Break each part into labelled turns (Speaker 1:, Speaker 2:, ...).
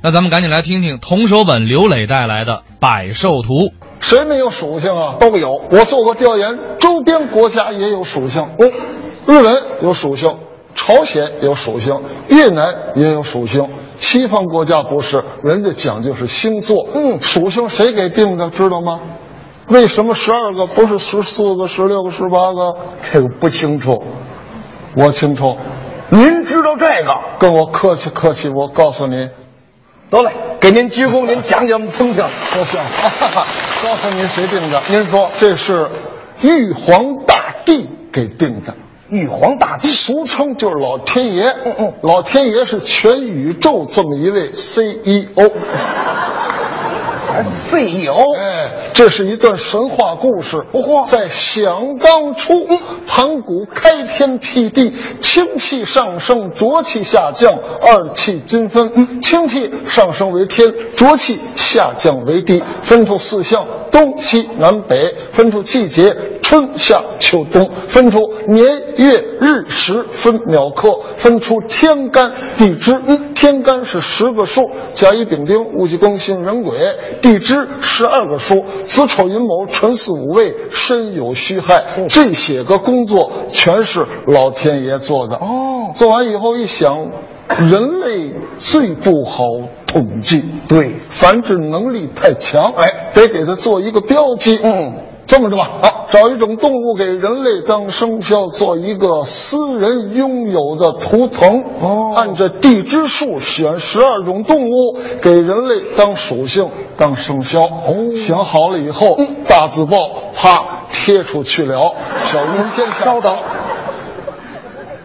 Speaker 1: 那咱们赶紧来听听童守本刘磊带来的《百兽图》。
Speaker 2: 谁没有属性啊？都有。我做过调研，周边国家也有属性。哦，日本有属性，朝鲜有属性，越南也有属性。西方国家不是，人家讲究是星座。嗯，属性谁给定的？知道吗？为什么十二个不是十四个、十六个、十八个？
Speaker 3: 这个不清楚。
Speaker 2: 我清楚。
Speaker 3: 您知道这个？
Speaker 2: 跟我客气客气，我告诉你，
Speaker 3: 得嘞，给您鞠躬，您讲讲听听。
Speaker 2: 不行，告诉您谁定的？
Speaker 3: 您说
Speaker 2: 这是玉皇大帝给定的。
Speaker 3: 玉皇大帝，
Speaker 2: 俗称就是老天爷。
Speaker 3: 嗯嗯
Speaker 2: 老天爷是全宇宙这么一位 E CEO。
Speaker 3: 还 CEO，
Speaker 2: 哎，这是一段神话故事。
Speaker 3: 嚯
Speaker 2: 在想当初，盘古开天辟地，清气上升，浊气下降，二气均分。清气上升为天，浊气下降为地，分出四象：东西南北，分出季节。春夏秋冬，分出年月日时分秒刻，分出天干地支。天干是十个数，甲乙丙丁戊己庚辛壬癸；地支十二个数，子丑寅卯辰巳午未申酉戌亥。这些个工作全是老天爷做的。
Speaker 3: 哦，
Speaker 2: 做完以后一想，人类最不好统计。
Speaker 3: 对，
Speaker 2: 繁殖能力太强，
Speaker 3: 哎
Speaker 2: 得给它做一个标记。
Speaker 3: 嗯，
Speaker 2: 这么着吧，啊，找一种动物给人类当生肖做一个私人拥有的图腾。
Speaker 3: 哦
Speaker 2: 按照地支数选十二种动物给人类当属性当生肖。哦，嗯想好了以后，大字报啪贴出去了。小云先 稍等，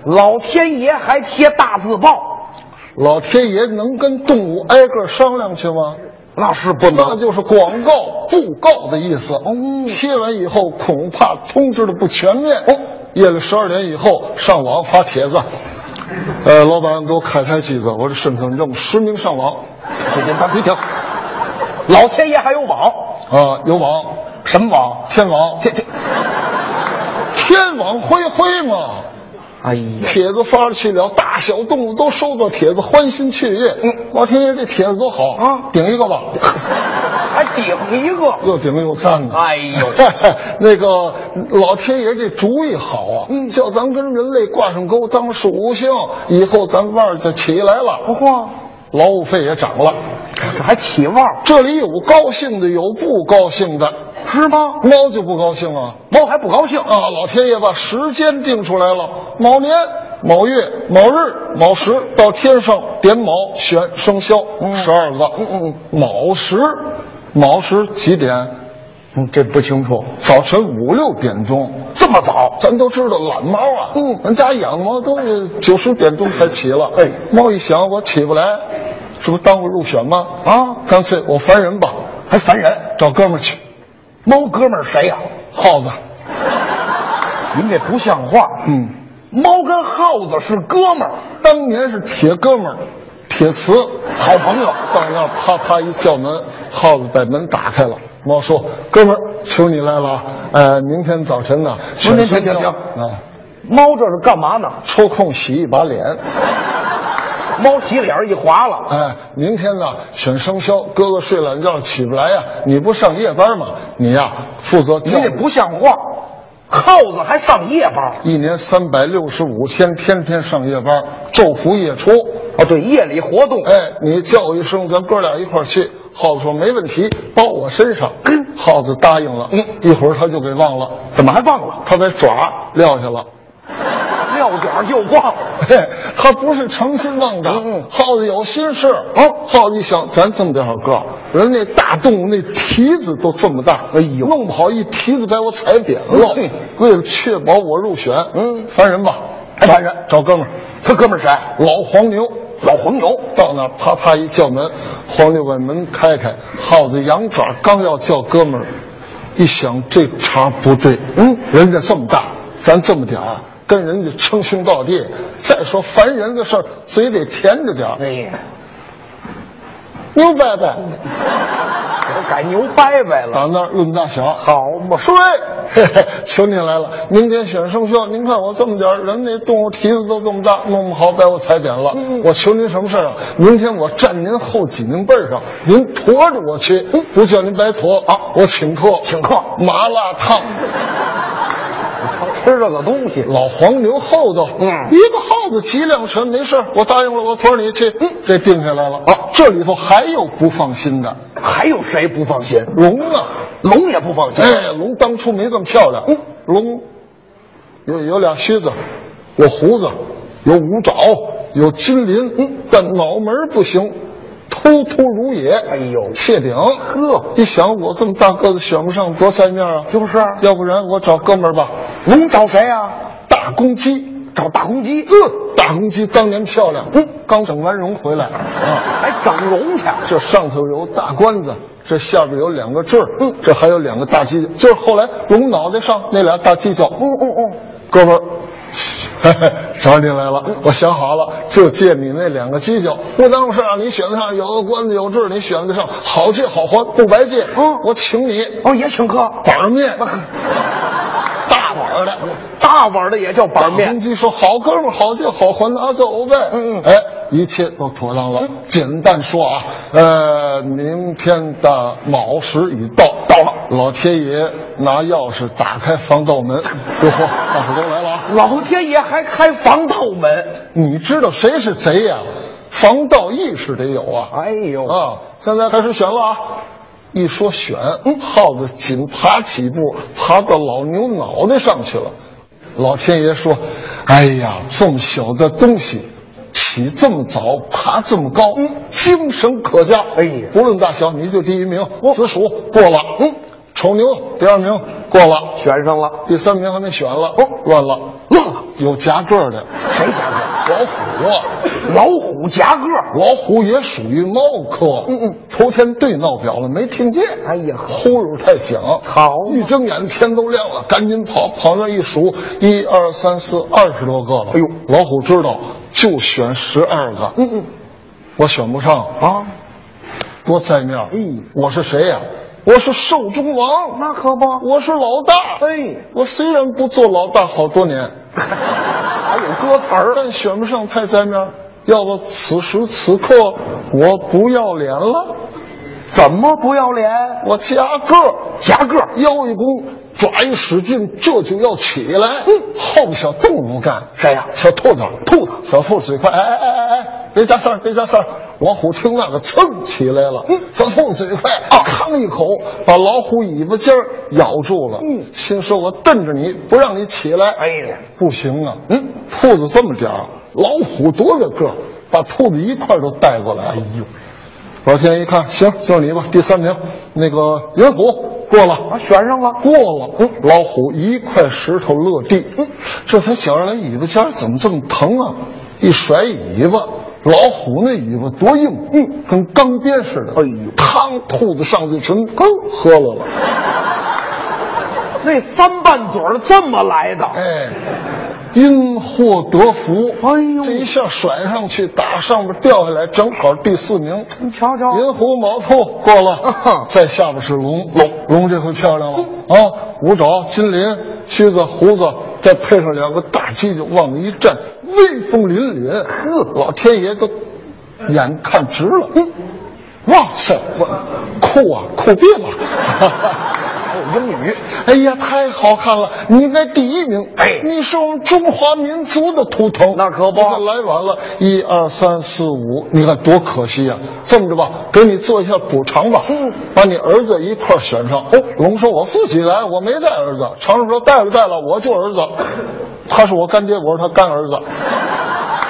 Speaker 3: 老天爷还贴大字报，
Speaker 2: 老天爷能跟动物挨个商量去吗？
Speaker 3: 那是不
Speaker 2: 那。就是广告布告的意思。哦，贴完以后恐怕通知的不全面。哦，夜里十二点以后上网发帖子，呃，老板给我开台机子，我这身份证实名上网
Speaker 3: 这您把嘴停。老天爷还有网，
Speaker 2: 啊，有网，
Speaker 3: 什么网？
Speaker 2: 天网，
Speaker 3: 这这，
Speaker 2: 天网恢恢嘛。
Speaker 3: 哎呀，
Speaker 2: 帖子发出去了，大小动物都收到帖子，欢欣雀跃。
Speaker 3: 嗯，
Speaker 2: 老天爷这帖子多好
Speaker 3: 啊
Speaker 2: 顶一个吧，
Speaker 3: 还顶一个。
Speaker 2: 又顶又赞的。
Speaker 3: 哎呦，
Speaker 2: 那个老天爷这主意好啊，
Speaker 3: 嗯
Speaker 2: 叫咱跟人类挂上钩当属性，以后咱腕儿就起来了，
Speaker 3: 嚯，
Speaker 2: 劳务费也涨了。
Speaker 3: 这还起腕儿
Speaker 2: 这里有高兴的，有不高兴的，
Speaker 3: 是吗？
Speaker 2: 猫就不高兴啊
Speaker 3: 猫还不高兴啊？
Speaker 2: 啊！老天爷把时间定出来了，某年、某月、某日、某时，到天上点卯选生肖十二个，
Speaker 3: 嗯
Speaker 2: 卯时，卯时几点？
Speaker 3: 嗯，这不清楚。
Speaker 2: 早晨五六点钟，
Speaker 3: 这么早？
Speaker 2: 咱都知道懒猫啊，
Speaker 3: 嗯
Speaker 2: 咱家养的猫都是九十点钟才起了。
Speaker 3: 哎
Speaker 2: 猫一想我起不来，这不耽误入选吗？
Speaker 3: 啊，
Speaker 2: 干脆我烦人吧，
Speaker 3: 还烦人。
Speaker 2: 找哥们儿去，
Speaker 3: 猫哥们儿谁呀、
Speaker 2: 耗子。
Speaker 3: 您这不像话。
Speaker 2: 嗯，
Speaker 3: 猫跟耗子是哥们儿，
Speaker 2: 当年是铁哥们儿，铁磁，
Speaker 3: 好朋友。
Speaker 2: 到那儿啪啪一叫门，耗子把门打开了。猫说：“哥们儿，求你来了啊，呃，明天早晨呢，
Speaker 3: 不是
Speaker 2: 选
Speaker 3: 您停
Speaker 2: 生
Speaker 3: 停
Speaker 2: 肖
Speaker 3: 停
Speaker 2: 啊，
Speaker 3: 猫这是干嘛呢？
Speaker 2: 抽空洗一把脸。”
Speaker 3: 猫洗脸儿一划了，
Speaker 2: 哎，明天呢选生肖，哥哥睡懒觉起不来呀，你不上夜班吗？你呀负责
Speaker 3: 您
Speaker 2: 教
Speaker 3: 这
Speaker 2: 育
Speaker 3: 不像话。耗子还上夜班？
Speaker 2: 一年三百六十五天，天天上夜班，昼伏夜出。
Speaker 3: 哦，对，夜里活动。
Speaker 2: 哎，你叫我一声，咱哥俩一块儿去。耗子说没问题，包我身上。耗子答应了，
Speaker 3: 嗯
Speaker 2: 一会儿他就给忘了，
Speaker 3: 怎么还忘了？
Speaker 2: 他把爪撂下了。
Speaker 3: 撂爪就忘了。
Speaker 2: 嘿，他不是诚心忘的。
Speaker 3: 嗯嗯嗯
Speaker 2: 耗子有心事。
Speaker 3: 哦
Speaker 2: 耗子一想，咱这么点儿个儿，人那大动物那蹄子都这么大，哎呦，弄不好一蹄子把我踩扁了。
Speaker 3: 嗯
Speaker 2: 为了确保我入选，
Speaker 3: 嗯
Speaker 2: 烦人吧？
Speaker 3: 哎烦人
Speaker 2: 找哥们儿，
Speaker 3: 他哥们儿谁？
Speaker 2: 老黄牛。
Speaker 3: 老黄牛。
Speaker 2: 到那儿啪啪一叫门，黄牛把门开开，耗子羊爪刚要叫哥们儿，一想这茬不对，嗯，人家这么大，咱这么点儿，啊跟人家称兄道弟。再说烦人的事儿，嘴得甜着点儿。
Speaker 3: 哎，
Speaker 2: 牛伯伯，
Speaker 3: 我改牛掰掰
Speaker 2: 啊
Speaker 3: 了。
Speaker 2: 打那儿论大小，
Speaker 3: 好嘛，
Speaker 2: 说哎，嘿嘿，求您来了！民间选生肖，您看我这么点儿人，那动物蹄子都这么大，弄不好把我踩扁了。
Speaker 3: 嗯
Speaker 2: 我求您什么事儿啊？明天我站您后脊梁背儿上，您驮着我去，不叫您白驮啊！我请客，
Speaker 3: 嗯请客
Speaker 2: 麻辣烫，
Speaker 3: 吃这个东西，
Speaker 2: 老黄牛耗子，
Speaker 3: 嗯
Speaker 2: 一个耗子几两沉，没事儿我答应了，我驮着你去。嗯，这定下来了。
Speaker 3: 啊
Speaker 2: 这里头还有不放心的，
Speaker 3: 还有谁不放心？
Speaker 2: 龙啊，
Speaker 3: 龙也不放心。
Speaker 2: 哎，龙当初没这么漂亮。
Speaker 3: 嗯
Speaker 2: 龙有有俩须子，有胡子，有五爪，有金鳞，
Speaker 3: 嗯
Speaker 2: 但脑门儿不行，突突如也。
Speaker 3: 哎呦
Speaker 2: 谢顶。
Speaker 3: 呵
Speaker 2: 一想我这么大个子选不上，多塞面啊！
Speaker 3: 就是啊
Speaker 2: 要不然我找哥们儿吧。
Speaker 3: 龙找谁啊？
Speaker 2: 大公鸡，
Speaker 3: 找大公鸡。
Speaker 2: 嗯，大公鸡当年漂亮，
Speaker 3: 嗯，
Speaker 2: 刚整完容回来啊。
Speaker 3: 还整容去？
Speaker 2: 这上头有大关子，这下边有两个坠儿，
Speaker 3: 嗯
Speaker 2: 这还有两个大犄角，就是后来龙脑袋上那俩大犄角。
Speaker 3: 嗯嗯嗯，
Speaker 2: 哥们儿，嘿嘿，找你来了，我想好了，就借你那两个犄角。不耽误事儿啊，你选得上，有个关子有坠儿，你选得上，好借好还，不白借。
Speaker 3: 嗯
Speaker 2: 我请你
Speaker 3: 哦，也请客。
Speaker 2: 板儿面，大碗儿的。
Speaker 3: 大碗的也叫板面
Speaker 2: 公。鸡说：“好哥们儿，好借好还，拿走呗。”
Speaker 3: 嗯嗯嗯
Speaker 2: 哎，一切都妥当了。简单说啊，呃，明天的卯时已到，到了，老天爷拿钥匙打开防盗门。哟呵，大伙都来了啊！
Speaker 3: 老天爷还开防盗门。
Speaker 2: 你知道谁是贼呀、防盗意识得有啊！
Speaker 3: 哎呦
Speaker 2: 啊，现在开始选了啊！一说选，
Speaker 3: 嗯
Speaker 2: 耗子紧爬起步，爬到老牛脑袋上去了。老天爷说：“哎呀，这么小的东西，起这么早，爬这么高，精神可嘉。
Speaker 3: 嗯哎呀哦
Speaker 2: 不论大小，你就第一名。子鼠过了，嗯，丑牛第二名过了，
Speaker 3: 选上了，
Speaker 2: 第三名还没选了，
Speaker 3: 哦
Speaker 2: 乱了，
Speaker 3: 愣了。
Speaker 2: 有夹个儿的，
Speaker 3: 谁夹个？
Speaker 2: 老虎啊！”
Speaker 3: 老虎夹个。
Speaker 2: 老虎也属于猫科。
Speaker 3: 嗯嗯，
Speaker 2: 头天对闹表了，没听见。
Speaker 3: 哎呀
Speaker 2: 呼噜太响。
Speaker 3: 好啊嘛
Speaker 2: 一睁眼天都亮了，赶紧跑，跑那一数，一二三四，二十多个了。
Speaker 3: 哎呦
Speaker 2: 老虎知道，就选十二个。
Speaker 3: 嗯嗯。
Speaker 2: 我选不上，
Speaker 3: 啊，
Speaker 2: 多塞面儿。
Speaker 3: 嗯
Speaker 2: 我是谁呀、我是兽中王，
Speaker 3: 那可不。
Speaker 2: 我是老大。
Speaker 3: 哎，
Speaker 2: 我虽然不做老大好多年，
Speaker 3: 还有歌词儿。
Speaker 2: 但选不上太塞面儿。要不此时此刻我不要脸了。
Speaker 3: 怎么不要脸？
Speaker 2: 我加个儿
Speaker 3: 夹个。
Speaker 2: 腰一弓，爪一使劲，这就要起来。
Speaker 3: 嗯
Speaker 2: 后边小动物干，
Speaker 3: 谁呀
Speaker 2: 小兔子，
Speaker 3: 兔子
Speaker 2: 小兔子嘴快，哎哎哎哎哎，别加塞儿，别加塞儿。老虎听那个，噌起来了。
Speaker 3: 嗯
Speaker 2: 小兔子嘴快，
Speaker 3: 哦
Speaker 2: 吭一口把老虎尾巴尖儿咬住了。
Speaker 3: 嗯
Speaker 2: 心说我瞪着你不让你起来，
Speaker 3: 哎呀，
Speaker 2: 不行啊。
Speaker 3: 嗯，
Speaker 2: 兔子这么点儿，老虎多大个儿，把兔子一块儿都带过来了。哎呦！老天爷一看，行，就是你吧，第三名，那个银虎过
Speaker 3: 啊，
Speaker 2: 了，
Speaker 3: 选上了。
Speaker 2: 过了。老虎一块石头落地，这才觉着来尾巴尖儿怎么这么疼啊！一甩尾巴，老虎那尾巴多硬，嗯，跟钢鞭似的。
Speaker 3: 哎呦
Speaker 2: 汤，兔子上嘴唇，嗖，喝了了。
Speaker 3: 那三瓣嘴儿这么来的。
Speaker 2: 哎，因祸得福。
Speaker 3: 哎呦
Speaker 2: 这一下甩上去，打上边掉下来，正好第四名。
Speaker 3: 你瞧瞧，
Speaker 2: 银狐毛兔过
Speaker 3: 啊
Speaker 2: 了
Speaker 3: 哈，
Speaker 2: 再下边是龙，
Speaker 3: 龙
Speaker 2: 龙这回漂亮了啊！五爪、金鳞、须子、胡子，再配上两个大犄角，往那一站，威风凛凛。呵，老天爷都眼看直了。嗯，哇塞，我酷啊，酷毙了！
Speaker 3: 还有英语。
Speaker 2: 哎呀，太好看了！你应该第一名。
Speaker 3: 哎
Speaker 2: 你是我们中华民族的图腾。
Speaker 3: 那可不
Speaker 2: 你看来晚了，一二三四五，你看多可惜呀、这么着吧，给你做一下补偿吧。嗯，把你儿子一块儿选上。哦，龙说我自己来，我没带儿子。常胜说带了带了，我就儿子， 他是我干爹，我是他干儿子。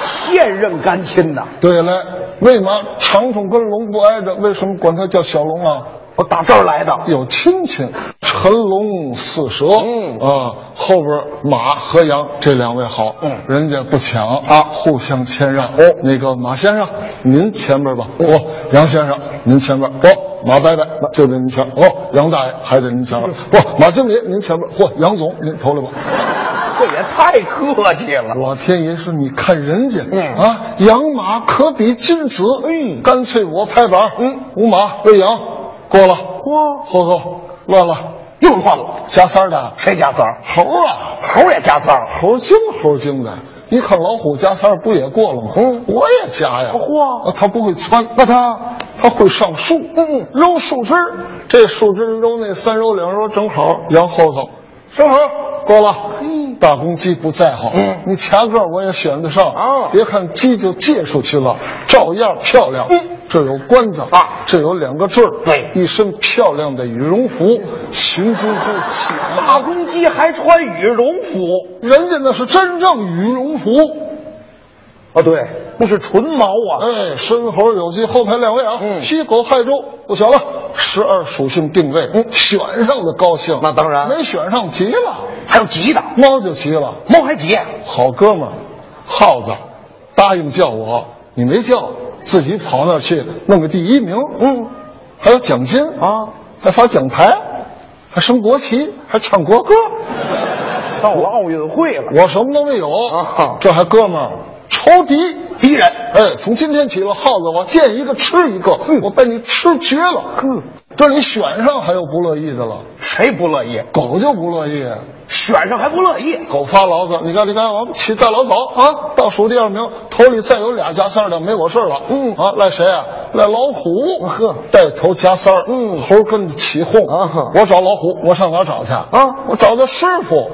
Speaker 3: 现任干亲呐，
Speaker 2: 对了，为嘛长筒跟龙不挨着？为什么管他叫小龙啊？
Speaker 3: 我打这儿来的。
Speaker 2: 有亲戚，辰龙四蛇，
Speaker 3: 嗯
Speaker 2: 啊，后边马和羊这两位好，
Speaker 3: 嗯
Speaker 2: 人家不抢啊，互相谦让。哦，那个马先生，您前边吧。哦，杨先生，您前边。哦，马伯伯就得您前。哦，杨大爷还得您前
Speaker 3: 嗯
Speaker 2: 边。不，马经理您前边。嚯，杨总您头里吧。
Speaker 3: 这也太客气了。
Speaker 2: 老天爷说：“你看人家，
Speaker 3: 嗯
Speaker 2: 啊，养马可比君子。
Speaker 3: 嗯
Speaker 2: 干脆我拍板，
Speaker 3: 嗯，
Speaker 2: 五马喂羊，过了。
Speaker 3: 哇
Speaker 2: 后头乱了，
Speaker 3: 又换我，
Speaker 2: 加三儿的
Speaker 3: 谁加三儿？
Speaker 2: 猴啊，
Speaker 3: 猴也加三儿，
Speaker 2: 猴精猴精的。你看老虎加三儿不也过了吗？
Speaker 3: 嗯
Speaker 2: 我也加呀。
Speaker 3: 嚯
Speaker 2: 啊它不会窜，那它它会上树，
Speaker 3: 嗯
Speaker 2: 揉树枝儿，这树枝儿揉那三揉两揉，正好扬后头，正好够了。嗯，大公鸡不在行，
Speaker 3: 嗯
Speaker 2: 你掐个儿我也选得上
Speaker 3: 啊
Speaker 2: 别看鸡就借出去了，照样漂亮。
Speaker 3: 嗯，
Speaker 2: 这有冠子
Speaker 3: 啊
Speaker 2: 这有两个坠儿
Speaker 3: 对
Speaker 2: 一身漂亮的羽绒服，寻珠珠起来了
Speaker 3: 大公鸡还穿羽绒服
Speaker 2: 人家那是真正羽绒服。
Speaker 3: 哦啊，对，那是纯毛啊，
Speaker 2: 哎，申猴有鸡，后排两位啊，
Speaker 3: 嗯
Speaker 2: 戌狗亥猪不行了，十二属性定位，
Speaker 3: 嗯
Speaker 2: 选上的高兴，
Speaker 3: 那当然
Speaker 2: 没选上急了，
Speaker 3: 还有急的，
Speaker 2: 猫就急了。
Speaker 3: 猫还急，
Speaker 2: 好哥们儿，耗子，答应叫我，你没叫，自己跑那儿去弄个第一名，
Speaker 3: 嗯
Speaker 2: 还有奖金啊，
Speaker 3: 啊，
Speaker 2: 还发奖牌，还升国旗，还唱国歌，
Speaker 3: 到了奥运会了，
Speaker 2: 我什么都没有，
Speaker 3: 啊
Speaker 2: 这还哥们儿仇敌。
Speaker 3: 敌人，
Speaker 2: 哎，从今天起了，耗子，我见一个吃一个，
Speaker 3: 嗯
Speaker 2: 我被你吃绝了。
Speaker 3: 哼，
Speaker 2: 这你选上还有不乐意的了，
Speaker 3: 谁不乐意？
Speaker 2: 狗就不乐意，
Speaker 3: 选上还不乐意，
Speaker 2: 狗发牢骚。你看，你看，我们起大老早啊，倒数第二名，头里再有俩加三儿的，没我事儿了。
Speaker 3: 嗯
Speaker 2: 啊，赖谁啊？赖老虎。
Speaker 3: 呵，
Speaker 2: 带头加三儿。
Speaker 3: 嗯
Speaker 2: 猴跟着起哄。
Speaker 3: 啊
Speaker 2: 我找老虎，我上哪儿找去啊
Speaker 3: 啊
Speaker 2: 我找他师傅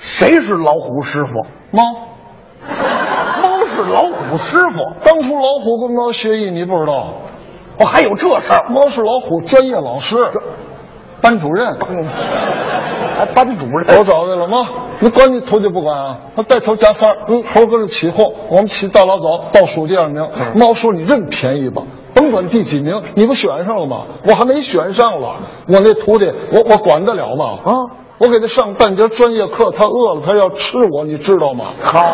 Speaker 3: 谁是老虎师傅？
Speaker 2: 猫。
Speaker 3: 猫是老虎师傅，
Speaker 2: 当初老虎跟猫学艺，你不知道？
Speaker 3: 哦，还有这事儿，
Speaker 2: 猫是老虎专业老师，班主任。
Speaker 3: 嗯还班主
Speaker 2: 哎我
Speaker 3: 任，
Speaker 2: 找对了吗？那管你头就不管啊，他带头加三儿，嗯，猴跟着起哄，我们起大老早倒数第二名，
Speaker 3: 嗯
Speaker 2: 猫说你认便宜吧，甭管第几名，你不选上了吗？我还没选上了，我那徒弟，我我管得了吗？
Speaker 3: 啊，
Speaker 2: 我给他上半节专业课，他饿了，他要吃我，你知道吗？
Speaker 3: 好，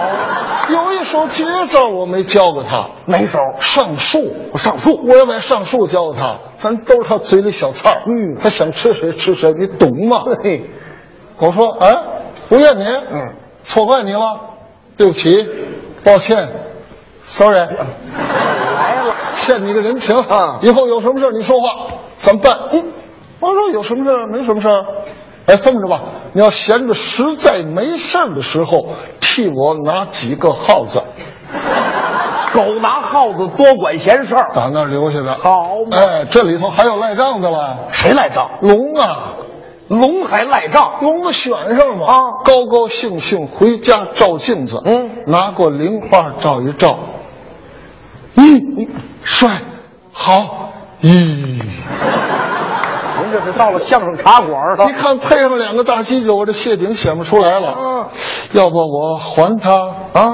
Speaker 2: 有一手绝招我没教给他，
Speaker 3: 哪手？
Speaker 2: 上树。
Speaker 3: 我上树，
Speaker 2: 我要买上树教给他，咱都是他嘴里小菜儿
Speaker 3: 嗯
Speaker 2: 他想吃谁吃谁，你懂吗？
Speaker 3: 嘿，
Speaker 2: 我说，哎，不怨你，
Speaker 3: 嗯，
Speaker 2: 错怪你了，对不起，抱歉，sorry，
Speaker 3: 来了，
Speaker 2: 欠你个人情
Speaker 3: 啊
Speaker 2: 以后有什么事儿你说话，咱办。嗯，我说有什么事儿没什么事儿，哎，这么着吧，你要闲着实在没事儿的时候，替我拿几个耗子，
Speaker 3: 狗拿耗子多管闲事儿，
Speaker 2: 打那儿留下来。
Speaker 3: 好嘛
Speaker 2: 哎，这里头还有赖账的了，
Speaker 3: 谁赖账？
Speaker 2: 龙啊。
Speaker 3: 龙还赖账，
Speaker 2: 龙子选上了嘛，
Speaker 3: 啊
Speaker 2: 高高兴兴回家照镜子，
Speaker 3: 嗯，
Speaker 2: 拿过菱花照一照，嗯，帅，好，
Speaker 3: 啊
Speaker 2: 咦，
Speaker 3: 您这是到了相声茶馆
Speaker 2: 一看配上两个大犄角，我这谢顶显不出来了，
Speaker 3: 嗯，
Speaker 2: 要不我还他，
Speaker 3: 啊，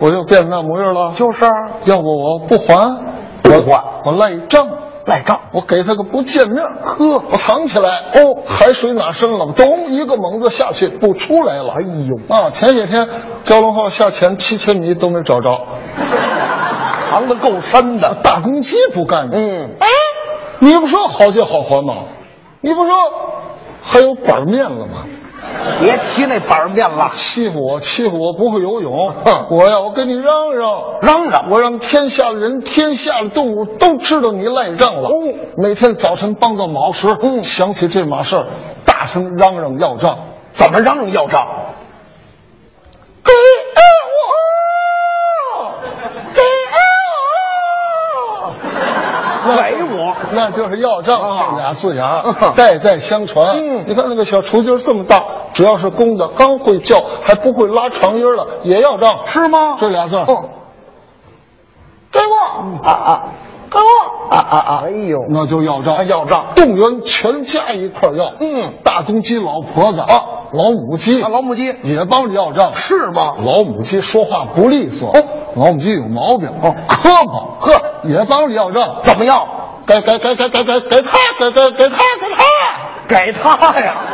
Speaker 2: 我就变那模样了，
Speaker 3: 就是啊
Speaker 2: 要不我不还，
Speaker 3: 不
Speaker 2: 我
Speaker 3: 还
Speaker 2: 我赖账，
Speaker 3: 赖账，
Speaker 2: 我给他个不见面儿，
Speaker 3: 呵
Speaker 2: 我藏起来，哦，海水哪深了，咚，一个猛子下去不出来了。
Speaker 3: 哎呦，
Speaker 2: 啊，前些天蛟龙号下潜七千米都没找着，
Speaker 3: 藏的够深的，
Speaker 2: 大公鸡不干这。
Speaker 3: 嗯，
Speaker 2: 哎你不说好借好还吗？你不说还有板面了吗？
Speaker 3: 别提那板面了，
Speaker 2: 欺负我，欺负我不会游泳，
Speaker 3: 哼
Speaker 2: 我呀，我跟你嚷嚷，
Speaker 3: 嚷嚷
Speaker 2: 我让天下的人、天下的动物都知道你赖账了。
Speaker 3: 哦
Speaker 2: 每天早晨帮到卯时，
Speaker 3: 嗯
Speaker 2: 想起这码事儿，大声嚷嚷要账。
Speaker 3: 怎么嚷嚷要账？
Speaker 2: 给我，给我。
Speaker 3: 给啊我，
Speaker 2: 那就是要
Speaker 3: 啊
Speaker 2: 账这俩字眼儿
Speaker 3: 嗯，
Speaker 2: 代代相传。
Speaker 3: 嗯
Speaker 2: 你看那个小雏鸡儿这么大，只要是公的，刚会叫，还不会拉长音儿了，也要账。
Speaker 3: 是吗
Speaker 2: 这俩字儿，
Speaker 3: 嗯
Speaker 2: 给我，
Speaker 3: 啊啊
Speaker 2: 给我，
Speaker 3: 啊啊啊！哎呦
Speaker 2: 那就要账。
Speaker 3: 要账，
Speaker 2: 动员全家一块儿要。
Speaker 3: 嗯
Speaker 2: 大公鸡、老婆子
Speaker 3: 啊，
Speaker 2: 老母鸡
Speaker 3: 啊，老母鸡
Speaker 2: 也帮着要账。
Speaker 3: 是吗？
Speaker 2: 老母鸡说话不利索
Speaker 3: 哦，
Speaker 2: 老母鸡有毛病，
Speaker 3: 哦
Speaker 2: 磕巴，
Speaker 3: 呵，
Speaker 2: 也帮着要账。
Speaker 3: 怎么样？
Speaker 2: 给给给给给给给他，给给给他，给他。
Speaker 3: 给他呀！